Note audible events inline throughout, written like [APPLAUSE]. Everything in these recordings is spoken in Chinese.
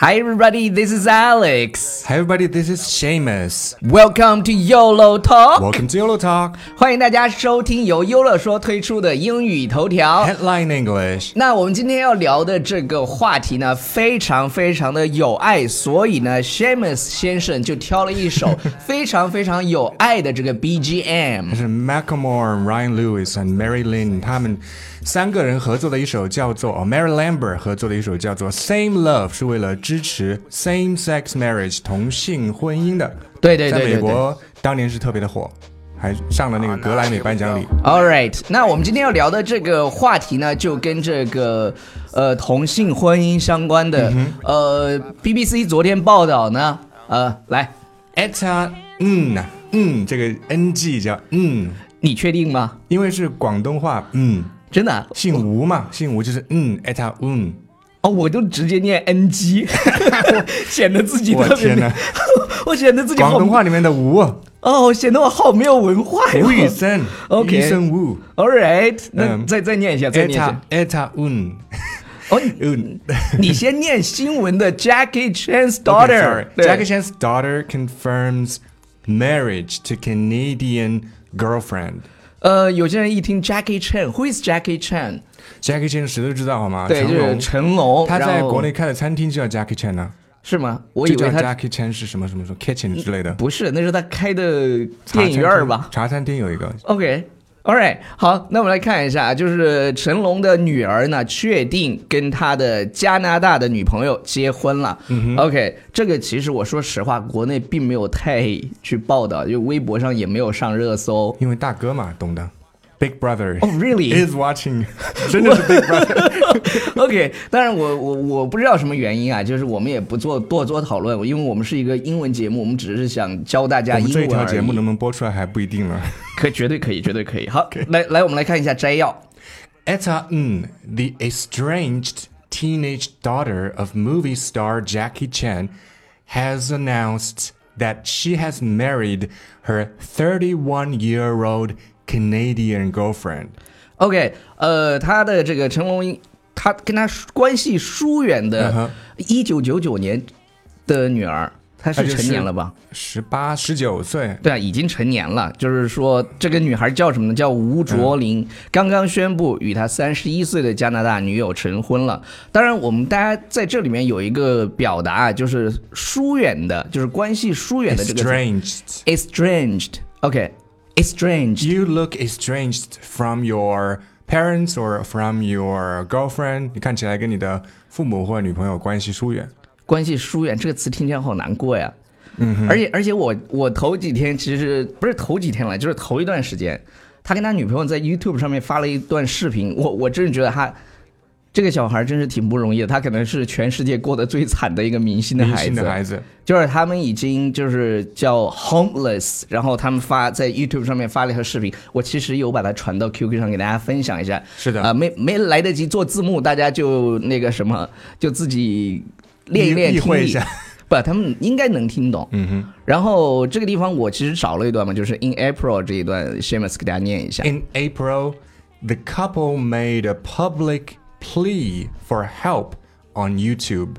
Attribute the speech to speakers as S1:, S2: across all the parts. S1: Hi everybody, this is Alex.
S2: Hi everybody, this is Seamus.
S1: Welcome to YOLO Talk.
S2: Welcome to Yolo Talk
S1: 欢迎大家收听由优乐说推出的英语头条。
S2: Headline English。
S1: 那我们今天要聊的这个话题呢，非常非常的有爱，所以呢，Shamus 先生就挑了一
S2: [LAUGHS]
S1: 首非常非常有爱的这个 BGM
S2: 这。是 Macklemore、Ryan Lewis 和 Mary Lynn 他们三个人合作的一首叫做哦 Mary Lambert 合作的一首叫做 Same Love，是为了支持 Same Sex Marriage 同性婚姻的。
S1: 对对
S2: 在
S1: 对
S2: 美
S1: 对对。
S2: 国当年是特别的火，还上了那个格莱美颁奖礼。
S1: All right，那我们今天要聊的这个话题呢，就跟这个呃同性婚姻相关
S2: 嗯
S1: 的。呃，BBC 昨天报道呢，呃，来，
S2: eta 嗯嗯，这个 ng 叫嗯，
S1: 你确定吗？
S2: 因为是广东话嗯，
S1: 真的啊、
S2: 姓吴嘛，姓吴就是嗯 eta 嗯。
S1: 哦，我就直接念 [LAUGHS] NG，显得自己
S2: 我
S1: 特别
S2: 天哪，
S1: [LAUGHS] 我显得自己
S2: [LAUGHS] 广
S1: 好
S2: 东话里面的吴，
S1: [LAUGHS] 哦，显得我好没有文化哟。
S2: 吴宇森
S1: 哦 OK
S2: 医生吴
S1: All right，那
S2: 嗯
S1: 再再念一下，再念一
S2: ，eta
S1: 下。
S2: eta 嗯
S1: 哦，你
S2: 嗯
S1: 你先念新闻的 Jackie Chan's daughter，对
S2: daughter，Jackie Chan's daughter confirms marriage to Canadian girlfriend。
S1: 呃，有些人一听 Jackie Chan，Who is Jackie Chan？
S2: Jackie Chan 谁都知道好吗？
S1: 对，就
S2: 成
S1: 是
S2: 龙，
S1: 成龙。
S2: 他在
S1: 然后
S2: 国内开的餐厅就叫 Jackie Chan 呢，
S1: 是吗？我以
S2: 就
S1: 为
S2: 叫
S1: 他
S2: Jackie Chan 是什么什么什么 kitchen 之类的。
S1: 不是，那是他开的
S2: 茶
S1: 电影院儿
S2: 餐厅
S1: 吧
S2: 茶餐厅有一个，
S1: ？OK。All right，好，那我们来看一下，就是成龙的女儿呢，确定跟他的加拿大的女朋友结婚了。OK，这
S2: 嗯
S1: 个其实我说实话，国内并没有太去报道，就微博上也没有上热
S2: [LAUGHS]
S1: 搜。
S2: 因为大哥嘛，懂的。Big Brother
S1: 哦、r e a l l y
S2: is watching，真的是 Big
S1: [LAUGHS]
S2: Brother。
S1: OK，当然我我我不知道什么原因啊，就是我们也不做多做讨论，因为我们是一个英文节目，我们只是想教大家
S2: 我
S1: 英文
S2: 们这一条
S1: 而
S2: 节目
S1: 已
S2: 能不能播出来还不一定呢。
S1: 可绝对可以，绝对可以。好来来，我们来看一下摘要。
S2: Etta Ng, the estranged teenage daughter of movie star Jackie Chan, has announced that she has married her 31 year old Canadian girlfriend.
S1: OK，呃，他的这个成龙，他跟他关系疏远
S2: 嗯
S1: 的
S2: 哼，
S1: 一九九九年的女儿，她
S2: 她
S1: 是
S2: 就是
S1: 成年了吧？
S2: 18 19岁，
S1: 对啊，已经成年了。就是说，这个女孩叫什么呢？叫吴卓林，刚刚宣布与她三十一岁的加拿大女友成婚了。当然，我们大家在这里面有一个表达啊，就是疏远的，就是关系疏远的这个词
S2: estranged.
S1: estranged。OK，estranged、
S2: You look estranged from your parents or from your girlfriend. 你看起来跟你的父母或女朋友关系疏远。
S1: 关系疏远这个词听起来好难过呀。嗯，而且而且我我头几天其实不是头几天了，就是头一段时间，他跟他女朋友在 YouTube 上面发了一段视频，我我真是觉得他这个小孩真是挺不容易的，他可能是全世界过得最惨的一个明星的
S2: 明
S1: 孩
S2: 星
S1: 子，
S2: 的孩子，
S1: 就是他们已经就是叫 homeless，然后他们发在 YouTube 上面发了一条视频，我其实有把它传到 QQ 上给大家分享一下，
S2: 是的
S1: 啊、没没来得及做字幕，大家就那个什么，就自己练一
S2: 意
S1: 练
S2: 意
S1: 听
S2: 会一
S1: 力
S2: 下。
S1: [LAUGHS] 不，他们应该能听懂。
S2: 嗯哼。
S1: 然后这个地方我其实找了一段嘛，就是 In April 这一段，Shamus 给大家念一下。
S2: In April, the couple made a public plea for help on YouTube,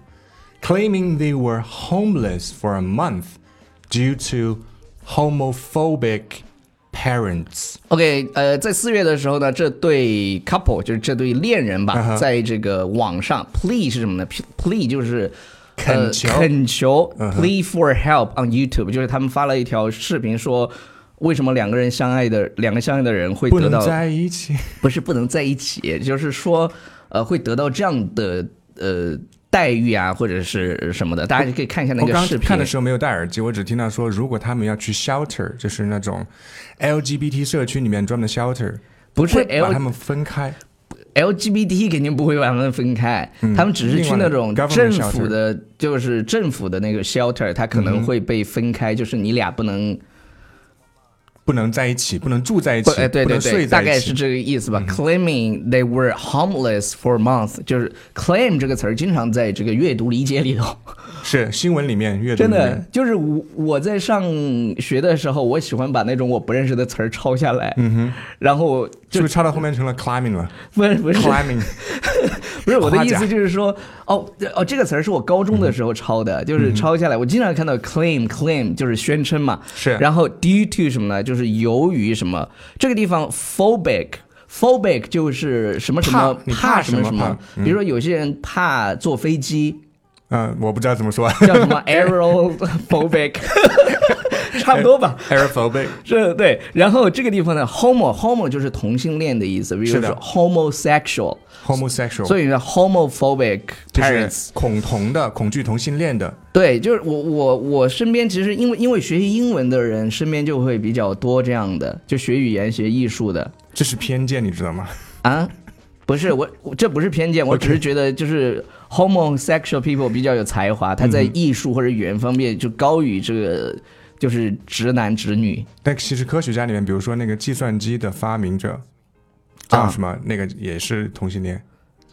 S2: claiming they were homeless for a month due to homophobic parents.
S1: [LAUGHS] OK，呃，在四月的时候呢，这对 couple 就是这对恋人吧
S2: 嗯哼
S1: 在这个网上 plea 是什么呢？plea-？plea 就是
S2: 恳求
S1: 呃、恳求、
S2: 嗯哼
S1: plea for help on YouTube，就是他们发了一条视频说。为什么两个人相爱的两个相爱的人会得到
S2: 不能在一起。
S1: 不是不能在一起，就是说，呃，会得到这样的呃待遇啊，或者是什么的，大家可以看一下那
S2: 我
S1: 个
S2: 刚
S1: 视频。
S2: 看的时候没有戴耳机，我只听到说，如果他们要去 shelter，就是那种 LGBT 社区里面专门的 shelter，
S1: 不是
S2: 会把
S1: L
S2: 他们分开。
S1: LGBT 肯定不会把他们分开，
S2: 嗯
S1: 他们只是去那种
S2: 另外的
S1: 政
S2: government
S1: 府的，就是政府的那个 shelter，他可能会被分开，就是你俩不能
S2: 不能在一起，不能住在一
S1: 不，
S2: 起，
S1: 哎，对
S2: 不
S1: 对
S2: 能
S1: 对，
S2: 睡
S1: 大
S2: 在
S1: 概
S2: 一
S1: 是
S2: 起。
S1: 这个意思吧。Claiming they were homeless for months，就是 claim 这个词儿经常在这个阅读理解里头。
S2: 是新闻里面阅读
S1: 真
S2: 里
S1: 的
S2: 面，
S1: 就是我我在上学的时候，我喜欢把那种我不认识的词儿抄下来，
S2: 嗯哼，
S1: 然后
S2: 是
S1: 就
S2: 不是抄到后面成了 climbing 了
S1: [LAUGHS] 不是不是
S2: ？climbing
S1: 不是我的意
S2: 夸
S1: 思，
S2: 奖
S1: 就是说，哦哦，这个词儿是我高中
S2: 嗯
S1: 的时候抄的，就是抄下来。我经常看到 claim claim 就是宣称嘛，
S2: 是
S1: 然后 due to 什么呢？就是由于什么？这个地方 phobic。phobic 就是什么什么
S2: 怕你
S1: 怕
S2: 怕嗯
S1: 什么
S2: 什
S1: 什
S2: 么
S1: 么，比如说有些人怕坐飞机，
S2: 嗯，我不知道怎么
S1: [LAUGHS]
S2: 说
S1: 叫什
S2: [LAUGHS]
S1: 么 aerophobic，差不多吧。
S2: ，aerophobic。
S1: 是对，然后这个地方呢，homo homo 就是同性恋的意思，比如
S2: 是
S1: 说
S2: 的
S1: homosexual，
S2: homosexual，
S1: 所以呢 homophobic
S2: 就是
S1: parents。
S2: 恐同的、恐惧同性恋的。
S1: 对，就是我我我身边其实因为因为学习英文的人身边就会比较多这样的，就学语言、学艺术的
S2: 这是偏见，你知道吗？
S1: 啊。不是我，我这不是偏见，我只是觉得就是 homosexual people 比较有才华，他
S2: 嗯
S1: 在艺术或者语言方面就高于这个就是直男直女。
S2: 但其实科学家里面，比如说那个计算机的发明者，
S1: 啊
S2: 叫什么？那个也是同性恋。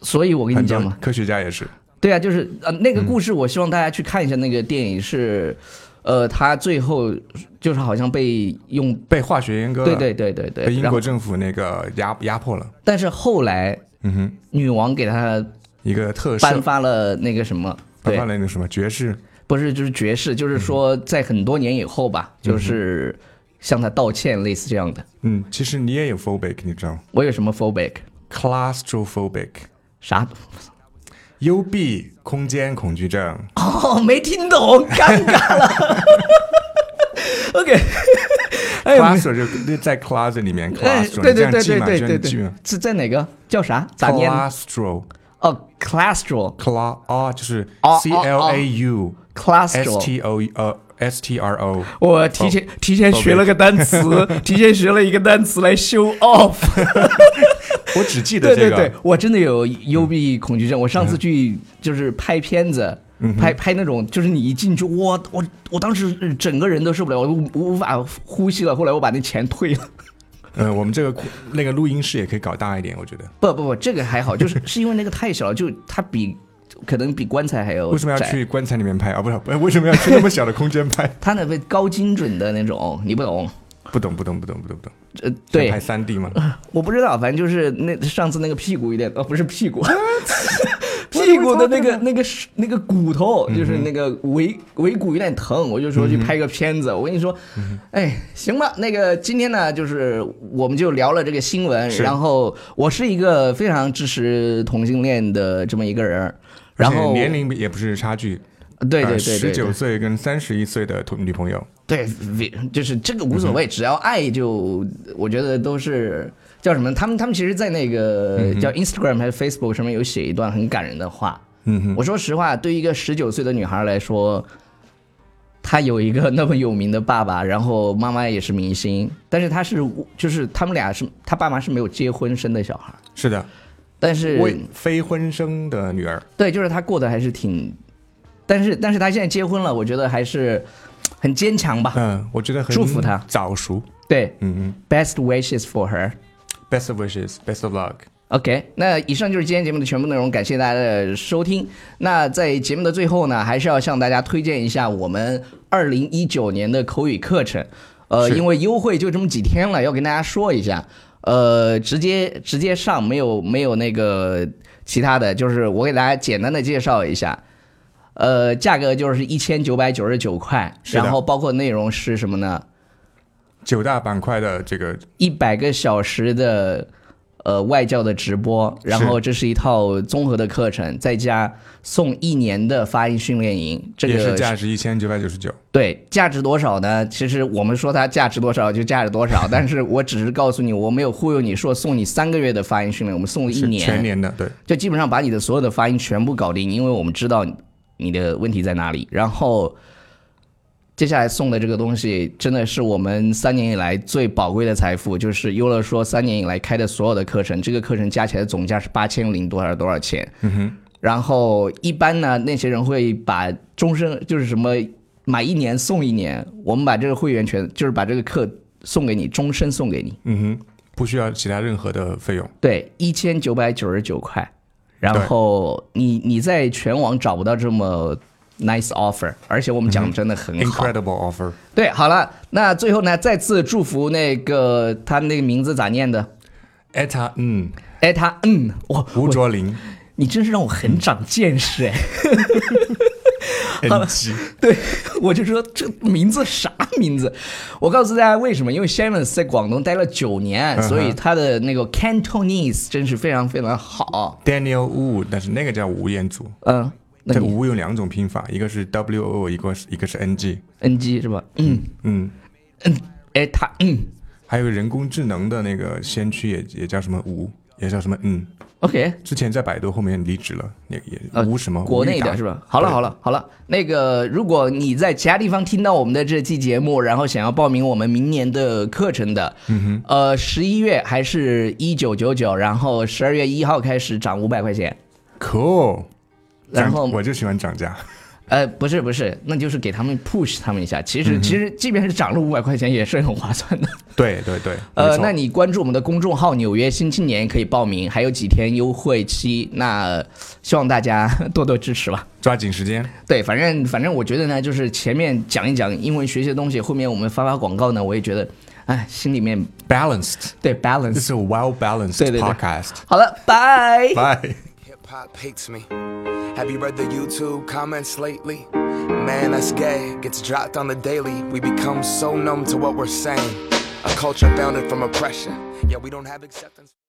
S1: 所以我跟
S2: 很
S1: 你讲
S2: 多
S1: 嘛，
S2: 科学家也是。
S1: 对啊，就是呃那
S2: 嗯
S1: 个故事，我希望大家去看一下那个电影是，呃，他最后就是好像被用，
S2: 被化学阉割
S1: 对
S2: 了，
S1: 对对对对，
S2: 啊被英
S1: 然后
S2: 国政府那个压压迫了。
S1: 但是后来
S2: 嗯哼，
S1: 女王给他
S2: 一个特
S1: 颁
S2: 赦，
S1: 发了那个什么，
S2: 颁
S1: 对
S2: 发，了那个什么爵士，
S1: 不是就是爵士，就是说在很多年以后吧，就是向他道歉，类似这样的。
S2: 嗯，其实你也有 phobic，你知道吗
S1: 我有什么 phobic？
S2: ？claustrophobic， [LAUGHS]
S1: 啥？
S2: 幽闭空间恐惧症。
S1: 哦，没听懂，尴尬了。OK，哎
S2: cluster 就就在 closet 里面
S1: 哎，
S2: ，cluster
S1: 对对对对
S2: 你这样
S1: 对
S2: 记嘛
S1: 对
S2: 这样记
S1: 对
S2: 嘛，
S1: 是在哪个叫啥？咋念呢？
S2: ，claustro
S1: 哦 c l a s t r o l
S2: cla 啊，就是
S1: 哦
S2: c l a u
S1: c l a s t r
S2: s
S1: o l
S2: t 哦 o 呃 s t r o，
S1: 我提前提前学了个单词，
S2: [LAUGHS]
S1: 提前学了一个单词来 show off。
S2: 我只记得
S1: 对
S2: 这
S1: 对对
S2: 个，，嗯
S1: 我真的有幽闭恐惧症。我上次去就是拍片子。
S2: 嗯
S1: 拍拍那种，就是你一进去，我我我当时整个人都受不了，我无无法呼吸了。后来我把那钱退了。 [LAUGHS]
S2: 嗯，我们这个那个录音室也可以搞大一点，我觉得。
S1: 不不不，这个还好，就是是因为那个太小了，就它比可能比棺材还要
S2: 为什么要
S1: 窄
S2: 去棺材里面拍啊？不是，为什么要去那么小的空间拍？ [LAUGHS]
S1: 它那个高精准的那种，你不懂。
S2: 不懂，不懂，不懂，不懂，不懂。
S1: 呃，对
S2: 想拍，
S1: [LAUGHS]
S2: 三 D 吗？
S1: 我不知道，反正就是那上次那个屁股有点，哦，不是屁股， [LAUGHS] 屁股的那个那个是那个骨头，就是那个
S2: 嗯
S1: 尾尾骨有点疼，我就说去拍个片子。我跟你说，
S2: 嗯
S1: 哎，行吧，那个今天呢，就是我们就聊了这个新闻，
S2: 是
S1: 然后我是一个非常支持同性恋的这么一个人，然
S2: 而且
S1: 后
S2: 年龄也不是差距，呃
S1: 对对对
S2: 十
S1: 对
S2: 九
S1: 对
S2: 岁跟三十一岁的同女朋友，
S1: 对，为就是这个无所谓，只要爱就，我觉得都是叫什么？他们他们其实，在那个叫 Instagram 还是 Facebook 上面有写一段很感人的话。
S2: 嗯哼，
S1: 我说实话，对于一个十九岁的女孩来说，她有一个那么有名的爸爸，然后妈妈也是明星，但是她是就是他们俩是她爸妈是没有结婚生的小孩，
S2: 是的，
S1: 但是
S2: 未非婚生的女儿，
S1: 对，就是她过得还是挺，但是但是她现在结婚了，我觉得还是很坚强吧。
S2: 嗯，我觉得很
S1: 祝福她
S2: 早熟，
S1: 对
S2: 嗯嗯
S1: ，best wishes for her。
S2: ，best of wishes，best of luck，
S1: OK，那以上就是今天节目的全部内容，感谢大家的收听。那在节目的最后呢，还是要向大家推荐一下我们二零一九年的口语课程。呃，
S2: 是
S1: 因为优惠就这么几天了，要跟大家说一下。呃，直接直接上，没有没有那个其他的，就是我给大家简单的介绍一下。呃，价格就是一千九百九十九块，
S2: 是的
S1: 然后包括内容是什么呢？
S2: 九大板块的这个
S1: 一百个小时的呃外教的直播，然后这是一套综合的课程，再加送一年的发音训练营，这
S2: 也是
S1: 个
S2: 价值一千九百九十九，
S1: 对价值多少呢？其实我们说它价值多少就价值多少，但是我只是告诉你，我没有忽悠你说送你三个月的发音训练，我们送了一
S2: 是
S1: 年，
S2: 全年的，对，
S1: 就基本上把你的所有的发音全部搞定，因为我们知道你的问题在哪里。然后接下来送的这个东西，真的是我们三年以来最宝贵的财富，就是优乐说三年以来开的所有的课程，这个课程加起来总价是八千零多少多少钱。嗯哼。然后一般呢，那些人会把终身就是什么买一年送一年，我们把这个会员全就是把这个课送给你，终身送给你。
S2: 嗯哼，不需要其他任何的费用，
S1: 对，一千九百九十九块。然
S2: 对
S1: 后你你在全网找不到这么 nice offer，而且我们讲得真的很好。
S2: 嗯 incredible offer。
S1: 对，好了，那最后呢，再次祝福那个他那个名字咋念的？
S2: ETA，嗯，
S1: 哎，他嗯，我
S2: 吴卓林，
S1: 你真是让我很长见识哎！ [LAUGHS]
S2: NG
S1: 对，我就说这名字啥名字？我告诉大家为什么？因为 Shamus 在广东待了九
S2: 嗯
S1: 年，所以他的那个 Cantonese 真是非常非常好。
S2: Daniel Wu，但是那个叫吴彦祖。
S1: 嗯，那
S2: 这个
S1: 你
S2: 吴有两种拼法，一个是 W O，一个是一个是 N G。
S1: NG 是吧？嗯
S2: 嗯，
S1: 嗯，哎他嗯
S2: 还有人工智能的那个先驱也也叫什么吴，也叫什么嗯。
S1: ，OK，
S2: 之前在百度后面离职了，也也
S1: 呃
S2: 吴什么？
S1: 国内
S2: 吴裕达
S1: 的是吧？好了好了好了，那个如果你在其他地方听到我们的这期节目，然后想要报名我们明年的课程的，嗯哼，呃，十一月还是一九九九，然后十二月一号开始涨五百块钱，
S2: Cool。
S1: 然后
S2: 涨我就喜欢涨价， [LAUGHS]
S1: 呃，不是不是，那就是给他们 push 他们一下。其实、其实，即便是涨了五百块钱，也是很划算的。
S2: 对对对，没
S1: 呃，
S2: 错
S1: 那你关注我们的公众号《纽约新青年》可以报名，还有几天优惠期，那呃希望大家多多支持吧。
S2: 抓紧时间，
S1: [LAUGHS] 对，反正反正我觉得呢，就是前面讲一讲英文学习的东西，后面我们发发广告呢，我也觉得，哎，心里面
S2: balanced.
S1: 对 [LAUGHS] balance。
S2: This is a well balanced
S1: 对对对
S2: podcast.
S1: 好了，拜。
S2: Bye.
S3: Hip hop hates me. Have you read the YouTube comments lately? Man, that's gay. Gets dropped on the daily. We become so numb to what we're saying. A culture founded from oppression. Yeah, we don't have acceptance.